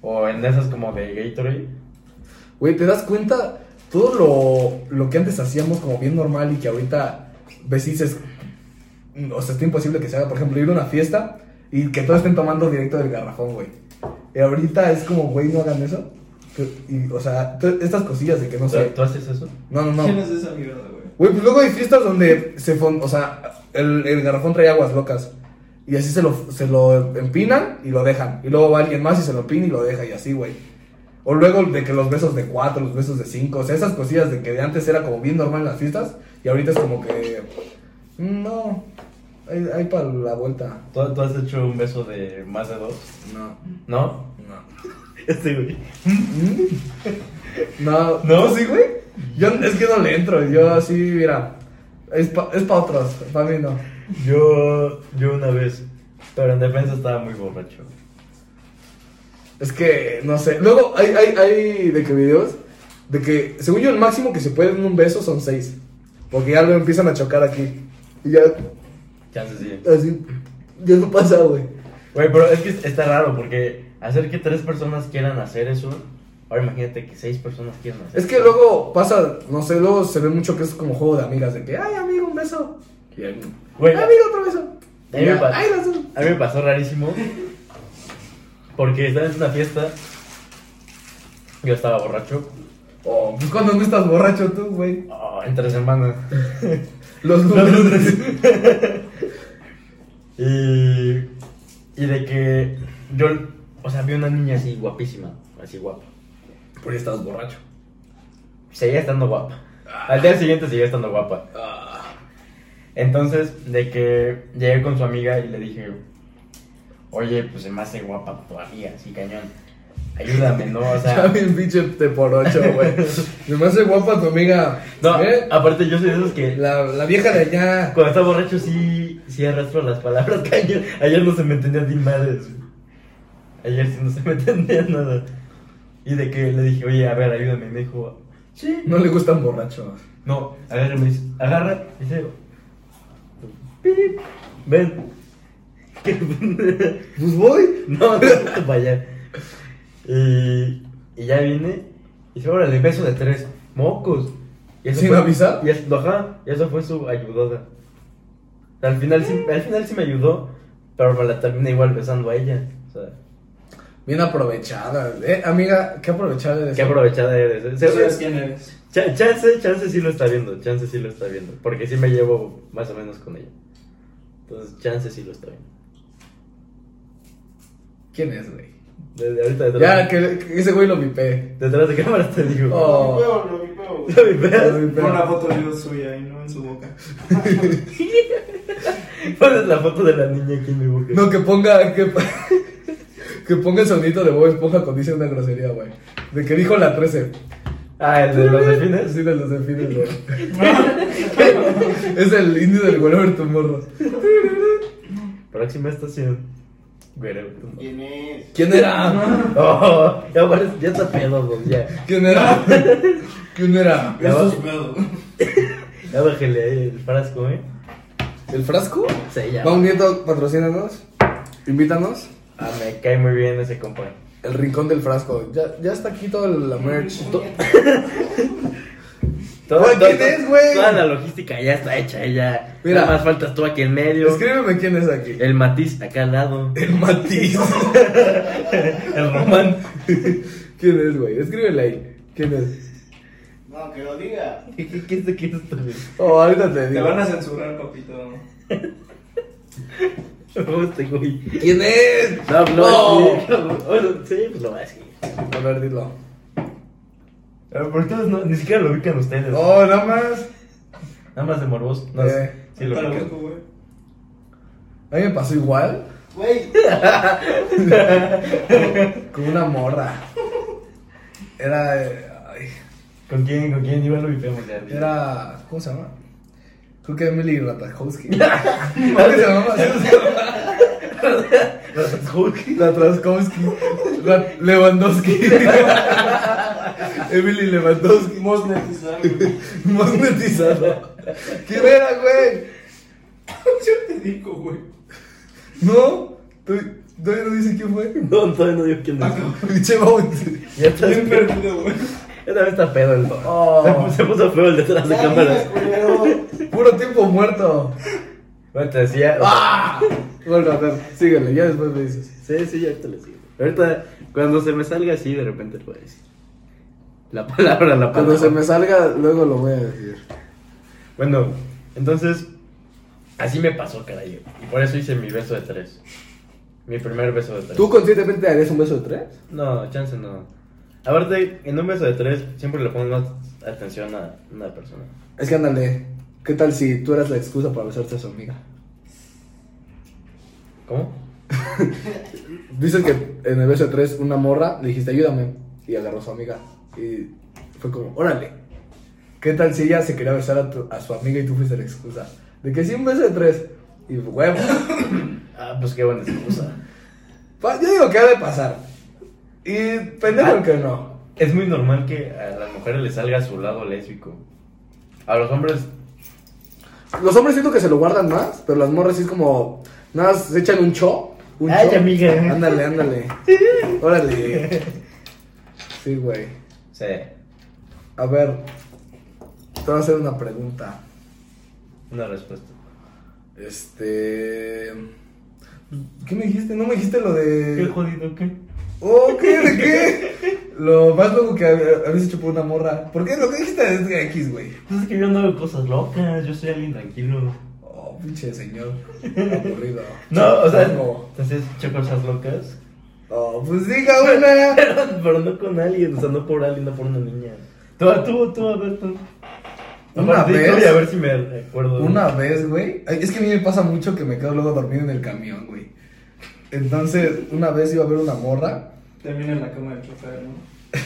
S1: O en esas como de Gatorade.
S2: Güey, ¿te das cuenta? Todo lo, lo que antes hacíamos como bien normal y que ahorita ves y dices, mm, o sea, está imposible que se haga, por ejemplo, ir a una fiesta y que todos estén tomando directo del garrafón, güey. Y ahorita es como, güey, no hagan eso. Que- y, o sea, t- estas cosillas de que no
S1: O sea,
S2: sé.
S1: ¿Tú haces eso?
S2: No, no, no.
S4: ¿Quién es esa mierda, güey?
S2: Güey, pues luego hay fiestas donde se fon- o sea, el, el garrafón trae aguas locas. Y así se lo, se lo empinan y lo dejan. Y luego va alguien más y se lo empina y lo deja y así, güey. O luego de que los besos de cuatro, los besos de cinco, o sea, esas cosillas de que de antes era como bien normal en las fiestas y ahorita es como que... mm, No, hay, para la vuelta.
S1: ¿Tú, tú has hecho un beso de más de dos?
S2: No,
S1: ¿No?
S2: no.
S5: Este, güey.
S2: Mm. No,
S1: ¿No?
S2: ¿tú sí, güey. Yo es que no le entro, yo así, mira. Es para es pa otros, para mí no.
S1: Yo, yo una vez, pero en defensa estaba muy borracho.
S2: Es que, no sé. Luego hay, hay, hay de que videos de que, según yo, el máximo que se puede en un beso son seis. Porque ya lo empiezan a chocar aquí. Y ya,
S1: Chances sí.
S2: así, ya no pasa, güey.
S1: Güey, pero es que está raro porque hacer que tres personas quieran hacer eso, ahora imagínate que seis personas quieran hacer
S2: Es que luego pasa, no sé, luego se ve mucho que es como juego de amigas, de que, ay, amigo, un beso. Y ahí,
S1: Güey,
S2: "Ay, amigo, otro beso.
S1: a mí
S2: Y ya,
S1: me pasa.
S2: "Ay, las dos".
S1: A mí me pasó rarísimo. Porque estaba en una fiesta. Yo estaba borracho.
S2: Oh, pues cuando no estás borracho tú, güey.
S1: Oh, entre semanas.
S2: Los
S1: Los
S2: lunes.
S1: Y. Y de que. Yo. O sea, vi una niña así guapísima. Así guapa.
S2: Porque estás borracho.
S1: Seguía estando guapa. Al día siguiente seguía estando guapa.
S2: Ah,
S1: Entonces, de que llegué con su amiga y le dije, oye, pues se me hace guapa todavía, así cañón. Ayúdame, ¿no? O
S2: ya
S1: sea,
S2: bien pinche te por ocho, güey. Se me hace guapa tu amiga.
S1: no,
S2: ¿Eh?
S1: aparte yo soy de esos que
S2: La, la vieja de allá.
S1: cuando está borracho sí, sí arrastro las palabras que ayer, ayer no se me entendía ni madres. güey. Ayer sí no se me entendía nada. Y de que le dije, oye, a ver, ayúdame. Y me dijo, sí.
S2: No le gustan borrachos.
S1: No, agarra y me dice, agarra, y dice, "Pip, ven.
S2: Pues voy.
S1: No, no, para allá. Y, y ya viene. Y dice, órale, beso de tres. Mocos. Y
S2: ¿Sin avisar?
S1: Y eso, ajá, y eso fue su ayudada. Al final, sí, al final sí me ayudó, pero me la terminé igual besando a ella. O sea,
S2: Bien aprovechada. Eh, amiga, qué aprovechada eres.
S1: qué aprovechada eres. eh.
S4: ¿Tú sabes
S1: Se-
S4: quién eres?
S1: cha- Chance, chance sí lo está viendo, chance sí lo está viendo. Porque sí me llevo más o menos con ella. Entonces, chance sí lo está viendo.
S2: ¿Quién es, güey?
S1: Desde ahorita
S2: Ya,
S1: detrás,
S2: que, que ese güey lo vipé.
S1: detrás de cámara te digo.
S2: Oh.
S3: Lo veo, lo veo.
S1: ¿Lo vipeas?
S2: Lo vipé.
S3: Pon la foto yo suya y no en su boca.
S1: Pones la foto de la niña aquí en mi boca.
S2: No, que ponga. Que, que ponga el sonito de Bob Esponja cuando dice una grosería, güey. De que dijo la 13.
S1: Ah, el de los delfines.
S2: Sí, de los delfines, güey. es el indio del Whatever Tomorrow.
S1: Próxima estación. Güero.
S3: ¿Quién es?
S2: ¿Quién era?
S1: Oh, ya, parece- ya está pedo, pues, ya.
S2: ¿Quién era? ¿Quién era?
S1: Ya,
S4: Eso es
S1: baj-
S4: pedo.
S1: ya bájale ahí el frasco, ¿eh?
S2: ¿El frasco?
S1: Sí, ya.
S2: Vamos, Nieto, patrocínanos. Invítanos.
S1: Ah, me cae muy bien ese compa.
S2: El rincón del frasco. Ya, ya está aquí toda la merch. To- Güey, ¿quién es, güey?
S1: Toda la logística ya está hecha, eh, ya.
S2: Mira.
S1: Nada más faltas tú aquí en medio.
S2: Escríbeme quién es aquí.
S1: El matiz acá al lado.
S2: El matiz.
S1: El román.
S2: ¿Quién es, güey? Escríbele ahí. ¿Quién es?
S3: No, que lo diga.
S1: ¿Qué, qué, qué es de qué es esto, güey?
S2: Oh, ahorita te
S3: Te
S2: digo.
S3: van a censurar, papito.
S1: Oh, este güey.
S2: ¿Quién es?
S1: No, no,
S2: No.
S1: no. Sí, pues lo va a decir.
S2: A ver, dilo.
S1: Ah, Pero ustedes no, ni siquiera lo ubican ustedes.
S2: Oh, nada más.
S1: Nada más de morbos. No,
S2: Eh.
S1: sí, Sí, lo
S3: Ahorita
S1: ubicas.
S3: busco, güey.
S2: A mí me pasó igual
S3: Güey,
S2: con una morra. Era. eh, ay,
S1: ¿Con quién? ¿Con quién? Igual lo vipeamos ya.
S2: Era. ¿Cómo se llama? Creo que Emily Ratajkowski. ¿Cómo se llamaba? Ratajkowski. Rat- Lewandowski. Emily Lewandowski.
S3: Mosnetizar, güey.
S2: Magnetizado. ¿Quién era, güey?
S3: Yo te digo, güey.
S2: No. ¿Tú- ¿Todavía no dice quién fue?
S5: No, todavía no digo quién es.
S2: Ah, Pinche Bounty.
S5: Ya estás.
S3: Bien perdido, güey.
S5: Ya también está pedo el don.
S2: Oh,
S5: Se puso feo el detrás de
S3: Ya,
S5: cámaras.
S3: mira, culero.
S2: puro tiempo muerto.
S1: Bueno, te decía.
S2: Bueno, a ver, síguele, ya después me dices.
S5: Ah. Sí, sí, ya ahorita le sigo.
S1: Ahorita, cuando se me salga así, de repente lo voy a decir. La palabra, la palabra.
S2: Cuando se me salga, luego lo voy a decir.
S1: Bueno, entonces, así me pasó, caray. Y por eso hice mi beso de tres. Mi primer beso de tres.
S2: ¿Tú conscientemente darías un beso de tres?
S1: No, chance no. Aparte, en un beso de tres siempre le pones más atención a una persona.
S2: Es que ándale, ¿qué tal si tú eras la excusa para besarte a su amiga?
S1: ¿Cómo?
S2: Dicen que en el beso de tres, una morra le dijiste ayúdame y agarró a su amiga. Y fue como, órale. ¿Qué tal si ella se quería besar a, tu- a su amiga y tú fuiste la excusa? De que sí, un beso de tres. Y huevo.
S1: Ah, pues qué buena excusa.
S2: Pa- Yo digo que ha de pasar. Y pendejo el que no.
S1: Es muy normal que a las mujeres les salga su lado lésbico. A los hombres,
S2: Los hombres siento que se lo guardan más, pero las morras sí es como. Nada, más se echan un cho. Un
S5: Ay,
S2: cho.
S5: amiga.
S2: Ándale, ándale. Órale. Sí, güey.
S1: sé,
S2: A ver. Te voy a hacer una pregunta.
S1: una respuesta.
S2: Este. ¿Qué me dijiste? ¿No me dijiste lo de.?
S5: jodido, qué?
S2: Oh, ¿qué? ¿De qué? Lo más loco que hab- habías hecho por una morra. ¿Por qué? Lo que dijiste es de X, güey.
S5: Pues es que yo ando de cosas locas, yo soy alguien tranquilo.
S2: Oh, pinche señor. Aburrido.
S5: No, o sea,
S2: Chango.
S5: entonces he hecho cosas locas.
S2: Oh, pues diga una.
S5: Pero no con alguien, o sea, no por alguien, no por una niña. Tú, tú, tú, a ver, tú.
S2: Una
S5: Aparte,
S2: vez.
S5: tú, y a ver si me acuerdo.
S2: Una vez, güey. ay, Es que a mí me pasa mucho que me quedo luego dormido en el camión, güey. Entonces, una vez iba a ver una morra.
S3: También en la cama del chofer, ¿no?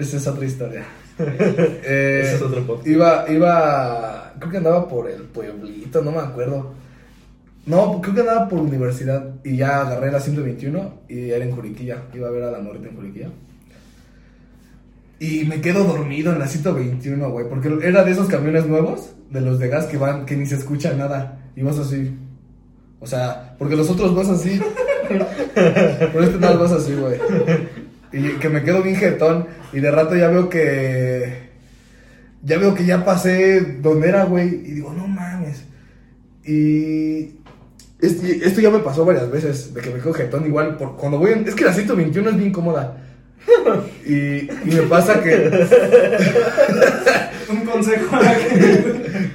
S2: Esa es otra historia. Eh,
S1: Ese es otro podcast.
S2: Iba, iba, creo que andaba por el pueblito, no me acuerdo. No, creo que andaba por universidad y ya agarré la 121 y era en Juriquilla. Iba a ver a la muerte en Juriquilla. Y me quedo dormido en la 121, güey, porque era de esos camiones nuevos, de los de gas que van, que ni se escucha nada. Y vas así. O sea, porque los otros vas así. Pero este tal vas así, güey. Y que me quedo bien jetón. Y de rato ya veo que. Ya veo que ya pasé donde era, güey. Y digo, no mames. Y. este- y esto ya me pasó varias veces. De que me quedo jetón igual. Por, cuando voy. en- es que la 121 es bien cómoda. Y, y me pasa que.
S3: Un consejo a la gente.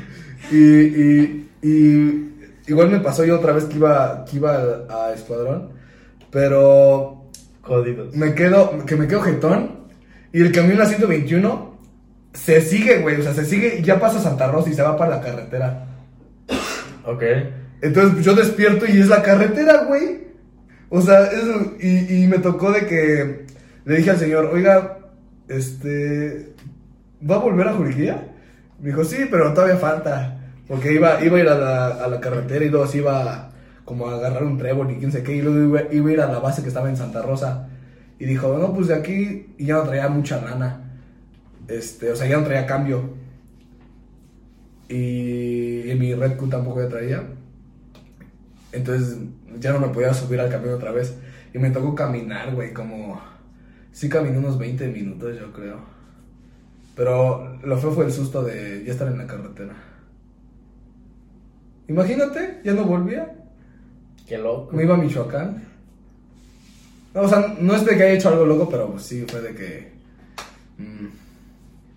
S2: Y. y- y igual me pasó yo otra vez que iba, que iba a- a Escuadrón. Pero
S1: Jodidos.
S2: me quedo, que me quedo jetón y el camión a 121 se sigue, güey, o sea, se sigue y ya pasa Santa Rosa y se va para la carretera.
S1: Ok.
S2: Entonces pues, yo despierto y es la carretera, güey. O sea, eso, y, y me tocó de que le dije al señor, oiga, este, ¿va a volver a Juriquilla? Me dijo, sí, pero todavía falta. Porque iba, iba a ir a la, a la carretera y luego se iba como a agarrar un trébol y quién sé qué. Y luego iba, iba a ir a la base que estaba en Santa Rosa. Y dijo, no, pues de aquí y ya no traía mucha lana. Este, o sea, ya no traía cambio. Y, y mi Red Q tampoco ya traía. Entonces ya no me podía subir al camión otra vez. Y me tocó caminar, güey, como... Sí caminé unos 20 minutos, yo creo. Pero lo feo fue el susto de ya estar en la carretera. Imagínate, ya no volvía.
S1: Qué loco.
S2: Me iba a Michoacán. No, o sea, no es de que haya hecho algo loco, pero pues, sí fue de que... mm,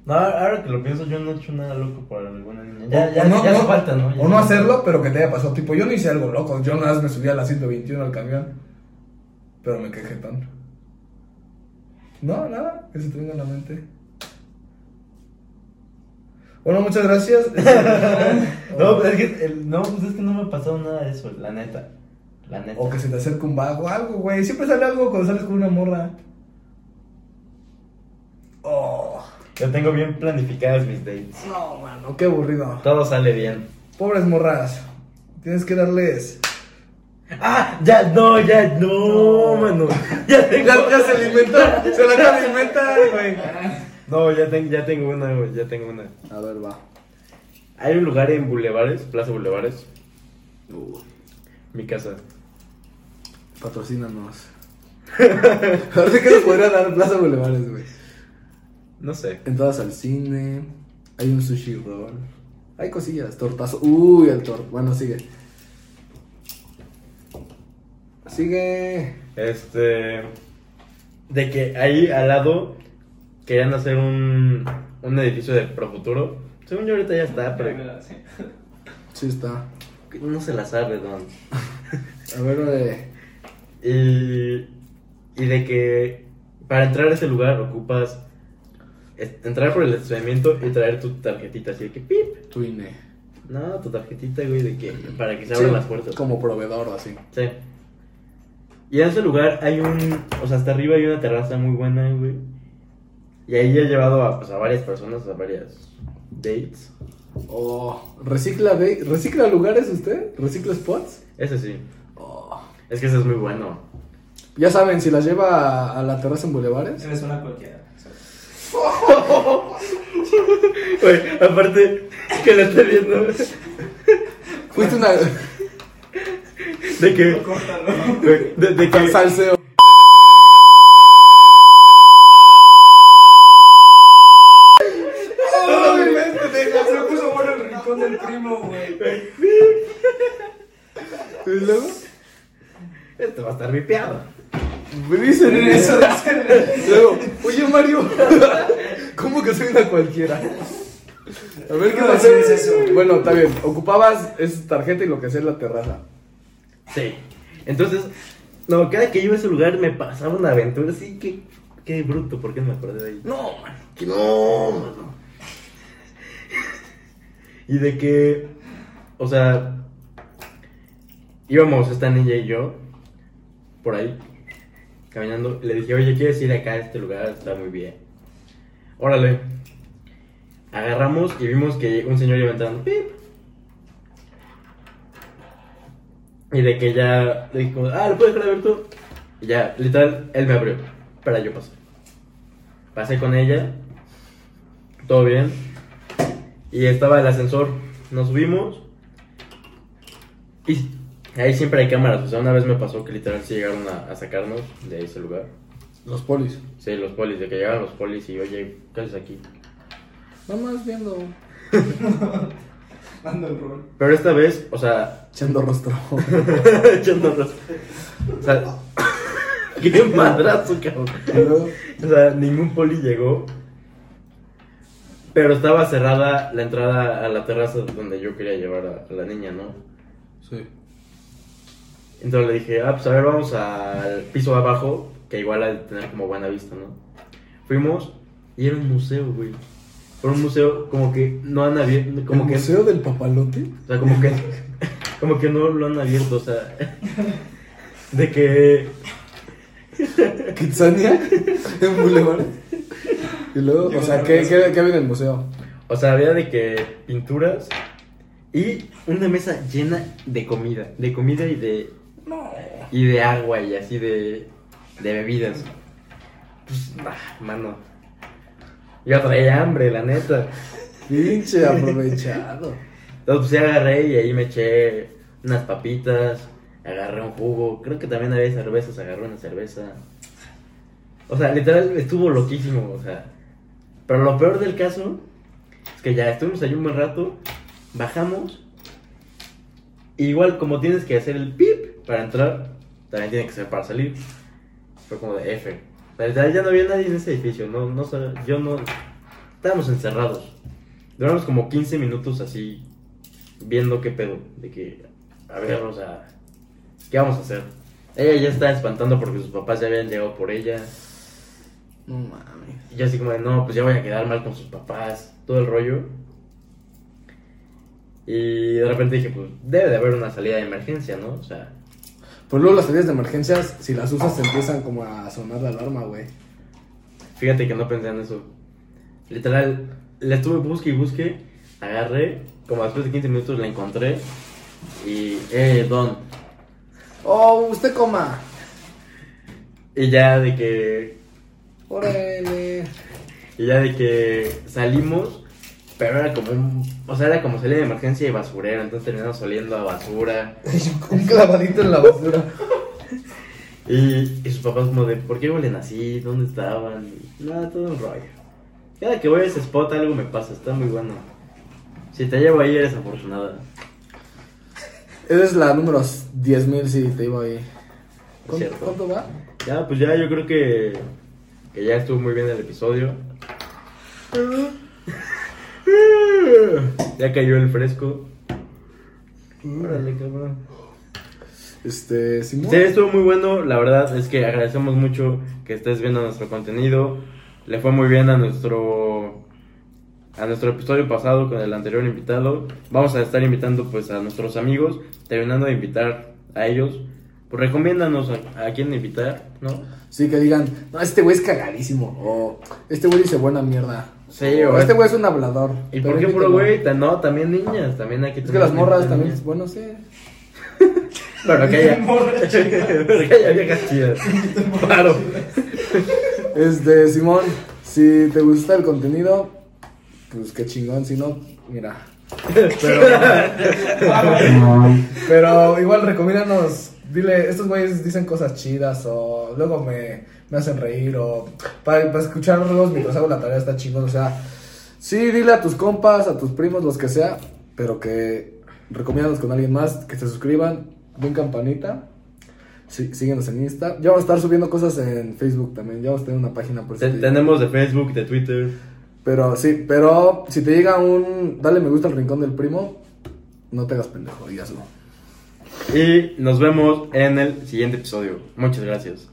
S1: No, ahora que lo pienso, yo no he hecho nada loco para alguna niña. Ya,
S2: O-
S1: ya,
S2: o no-
S1: ya
S2: no-
S1: hace falta, ¿no? Ya
S2: O no
S1: hace
S2: hacerlo, pero que te haya pasado. Tipo, yo no hice algo loco. Yo nada más me subí a la 121 al camión. Pero me quejé tan. No, nada. Que se te venga a la mente. Bueno, muchas gracias.
S1: No, pues es que, el- no, pues es que no me ha pasado nada de eso, la neta. La neta.
S2: O que se te acerque un vago, algo, güey. Siempre sale algo cuando sales con una morra. Oh,
S1: Yo tengo bien planificadas mis dates.
S2: no, mano, qué aburrido.
S1: Todo sale bien.
S2: Pobres morras. Tienes que darles.
S1: Ah, ya, no, ya, no, mano. Ya tengo.
S2: Ya, ya se la inventó, se la acaba de inventar, güey.
S1: No, ya, tengo ya tengo una, güey, ya tengo una.
S2: A ver, va.
S1: Hay un lugar en Bulevares, Plaza Bulevares, mi casa.
S2: Patrocínanos. Ahorita que nos podría dar Plaza Bulevares, güey.
S1: No sé.
S2: Entradas al cine. Hay un sushi roll. Hay cosillas, tortazo. Uy, el tor. Bueno, sigue. Sigue.
S1: Este. De que ahí al lado querían hacer un, un edificio de Profuturo. Según yo ahorita ya está, pero
S3: Sí.
S2: Sí está.
S1: no se la sabe, don.
S2: A ver, eh,
S1: Y, y de que para entrar a ese lugar ocupas es- entrar por el estacionamiento y traer tu tarjetita así de que pip.
S2: tu INE.
S1: No, tu tarjetita, güey, de que para que se abran
S2: Sí,
S1: las puertas.
S2: Como proveedor o así.
S1: Sí. Y en ese lugar hay un. O sea, hasta arriba hay una terraza muy buena, güey. Y ahí he llevado a, pues, a varias personas, a varias dates.
S2: Oh, ¿recicla, de- ¿recicla lugares usted? ¿Recicla spots?
S1: Ese sí.
S2: Oh.
S1: Es que ese es muy bueno.
S2: Ya saben, si las lleva a, a la terraza en bulevares.
S3: Eres una cualquiera.
S1: Güey, aparte, que la está viendo.
S2: Fuiste una.
S1: De que.
S3: Córtalo.
S1: güey, De, de que.
S2: salseo.
S3: No, mi mente, deja, se puso bueno el rincón del primo, güey.
S2: ¿Y luego?
S1: Esto va a estar vipeado.
S2: Me dicen
S3: Eso dice.
S2: Luego, oye Mario, ¿cómo que soy una cualquiera? A ver qué
S3: No,
S2: pasó.
S3: sí es eso.
S2: Bueno, está bien. Ocupabas esa tarjeta y lo que sea en la terraza.
S1: Sí. Entonces, no, cada que iba a ese lugar me pasaba una aventura así que. Qué bruto, ¿por qué no me acordé de ahí?
S2: No, man. No, mano.
S1: Y de que, o sea, íbamos esta niña y yo por ahí caminando. y Le dije, oye, ¿quieres ir acá a este lugar? Está muy bien. Órale. Agarramos y vimos que un señor iba entrando. Pip. Y de que ya le dije, como, ah, ¿lo puedes dejar abierto? Y ya, literal, él me abrió para yo pasar. Pasé con ella. Todo bien. Y estaba el ascensor. Nos subimos. Y ahí siempre hay cámaras. O sea, una vez me pasó que literal sí llegaron a, a sacarnos de ese lugar.
S2: Los polis.
S1: Sí, los polis, de que llegaron los polis y oye, ¿qué haces aquí?
S2: Nada más viendo.
S3: Dando el rol.
S1: Pero esta vez, o sea,
S2: Echando rostro.
S1: echándonos. O sea, qué madrazo, cabrón.
S2: Y luego,
S1: O sea, ningún poli llegó. Pero estaba cerrada la entrada a la terraza donde yo quería llevar a- a la niña, ¿no?
S2: Sí.
S1: Entonces le dije, ah, pues a ver, vamos al piso de abajo, que igual al tener como buena vista, ¿no? Fuimos y era un museo, güey. Era un museo como que no han abierto, como
S2: ¿El
S1: que,
S2: museo del papalote?
S1: o sea, como que, como que no lo han abierto, o sea, de que,
S2: ¿Kitsania? ¿En Boulevard? Y luego, o sea, ¿qué, qué, qué había en el museo?
S1: o sea, había de que pinturas y una mesa llena de comida, de comida y de, y de agua y así de, de bebidas. Pues, nah, mano, yo traía hambre, la neta.
S2: Pinche aprovechado.
S1: Entonces, pues, sí agarré y ahí me eché unas papitas, agarré un jugo, creo que también había cervezas, agarré una cerveza. O sea, literal estuvo loquísimo, o sea. Pero lo peor del caso es que ya estuvimos ahí un buen rato, bajamos. y igual como tienes que hacer el pip para entrar, también tiene que ser para salir. Fue como de F. O sea, literal, ya no había nadie en ese edificio, no, no, sab- yo no... Estábamos encerrados. Duramos como 15 minutos así viendo qué pedo, de que, a ver, o sea, ¿qué vamos a hacer? Ella ya estaba espantando porque sus papás ya habían llegado por ella.
S2: No mames.
S1: Y yo así como de, no, pues ya voy a quedar mal con sus papás, todo el rollo. Y de repente dije, pues debe de haber una salida de emergencia, ¿no? O sea,
S2: Pues luego las salidas de emergencias, si las usas, te empiezan como a sonar la alarma, güey.
S1: fíjate que no pensé en eso. Literal, la estuve busque y busque, agarré, como después de 15 minutos la encontré y, eh, don.
S2: Oh, usted coma.
S1: Y ya de que
S2: Órale.
S1: Y ya de que salimos, pero era como un. O sea, era como salir de emergencia y basurero. Entonces terminamos oliendo a basura.
S2: Un clavadito en la basura.
S1: Y, y sus papás, como de, ¿por qué huelen así? ¿Dónde estaban? Y nada, todo un rollo. Cada que voy a ese spot, algo me pasa. Está muy bueno. Si te llevo ahí, eres afortunada.
S2: Esa es la número 10.000 si te iba ahí.
S1: Es
S2: ¿Cuánto,
S1: cierto.
S2: cuánto va?
S1: Ya, pues ya, yo creo que. Que ya estuvo muy bien el episodio. Ya cayó el fresco.
S2: Mm.
S1: Órale, cabrón.
S2: Este, Simón.
S1: Sí, estuvo muy bueno. La verdad es que agradecemos mucho que estés viendo nuestro contenido. Le fue muy bien a nuestro a nuestro episodio pasado con el anterior invitado. Vamos a estar invitando pues a nuestros amigos, terminando de invitar a ellos. Pues recomiéndanos a, a quién invitar, ¿no?
S2: Sí, que digan, no, este güey es cagadísimo. O este güey dice buena mierda.
S1: Sí,
S2: o
S1: o
S2: este güey es un hablador.
S1: ¿Y
S2: Pero
S1: por qué puro
S2: invítalo.
S1: güey? Ta- No, también niñas, también hay que
S2: Es que
S1: tener
S2: las morras
S1: niñas.
S2: también, bueno, sí.
S1: Pero que haya,
S3: Morra chica.
S1: pero que haya viejas chidas. Claro.
S2: Este, Simón, si te gusta el contenido, pues qué chingón, si no, mira. Pero igual recomiéndanos, dile, estos güeyes dicen cosas chidas o luego me, me hacen reír o para, para escucharlos mientras hago la tarea está chingón, o sea, sí, dile a tus compas, a tus primos, los que sea, pero que recomiéndanos con alguien más, que se suscriban, den campanita. Sí, síguenos en Insta. Ya vamos a estar subiendo cosas en Facebook también. Ya vamos a tener una página por si
S1: Te-
S2: te-
S1: Tenemos de Facebook, de Twitter.
S2: pero sí, pero si te llega un dale me gusta al rincón del primo, no te hagas pendejo, y hazlo.
S1: Y nos vemos en el siguiente episodio. Muchas gracias.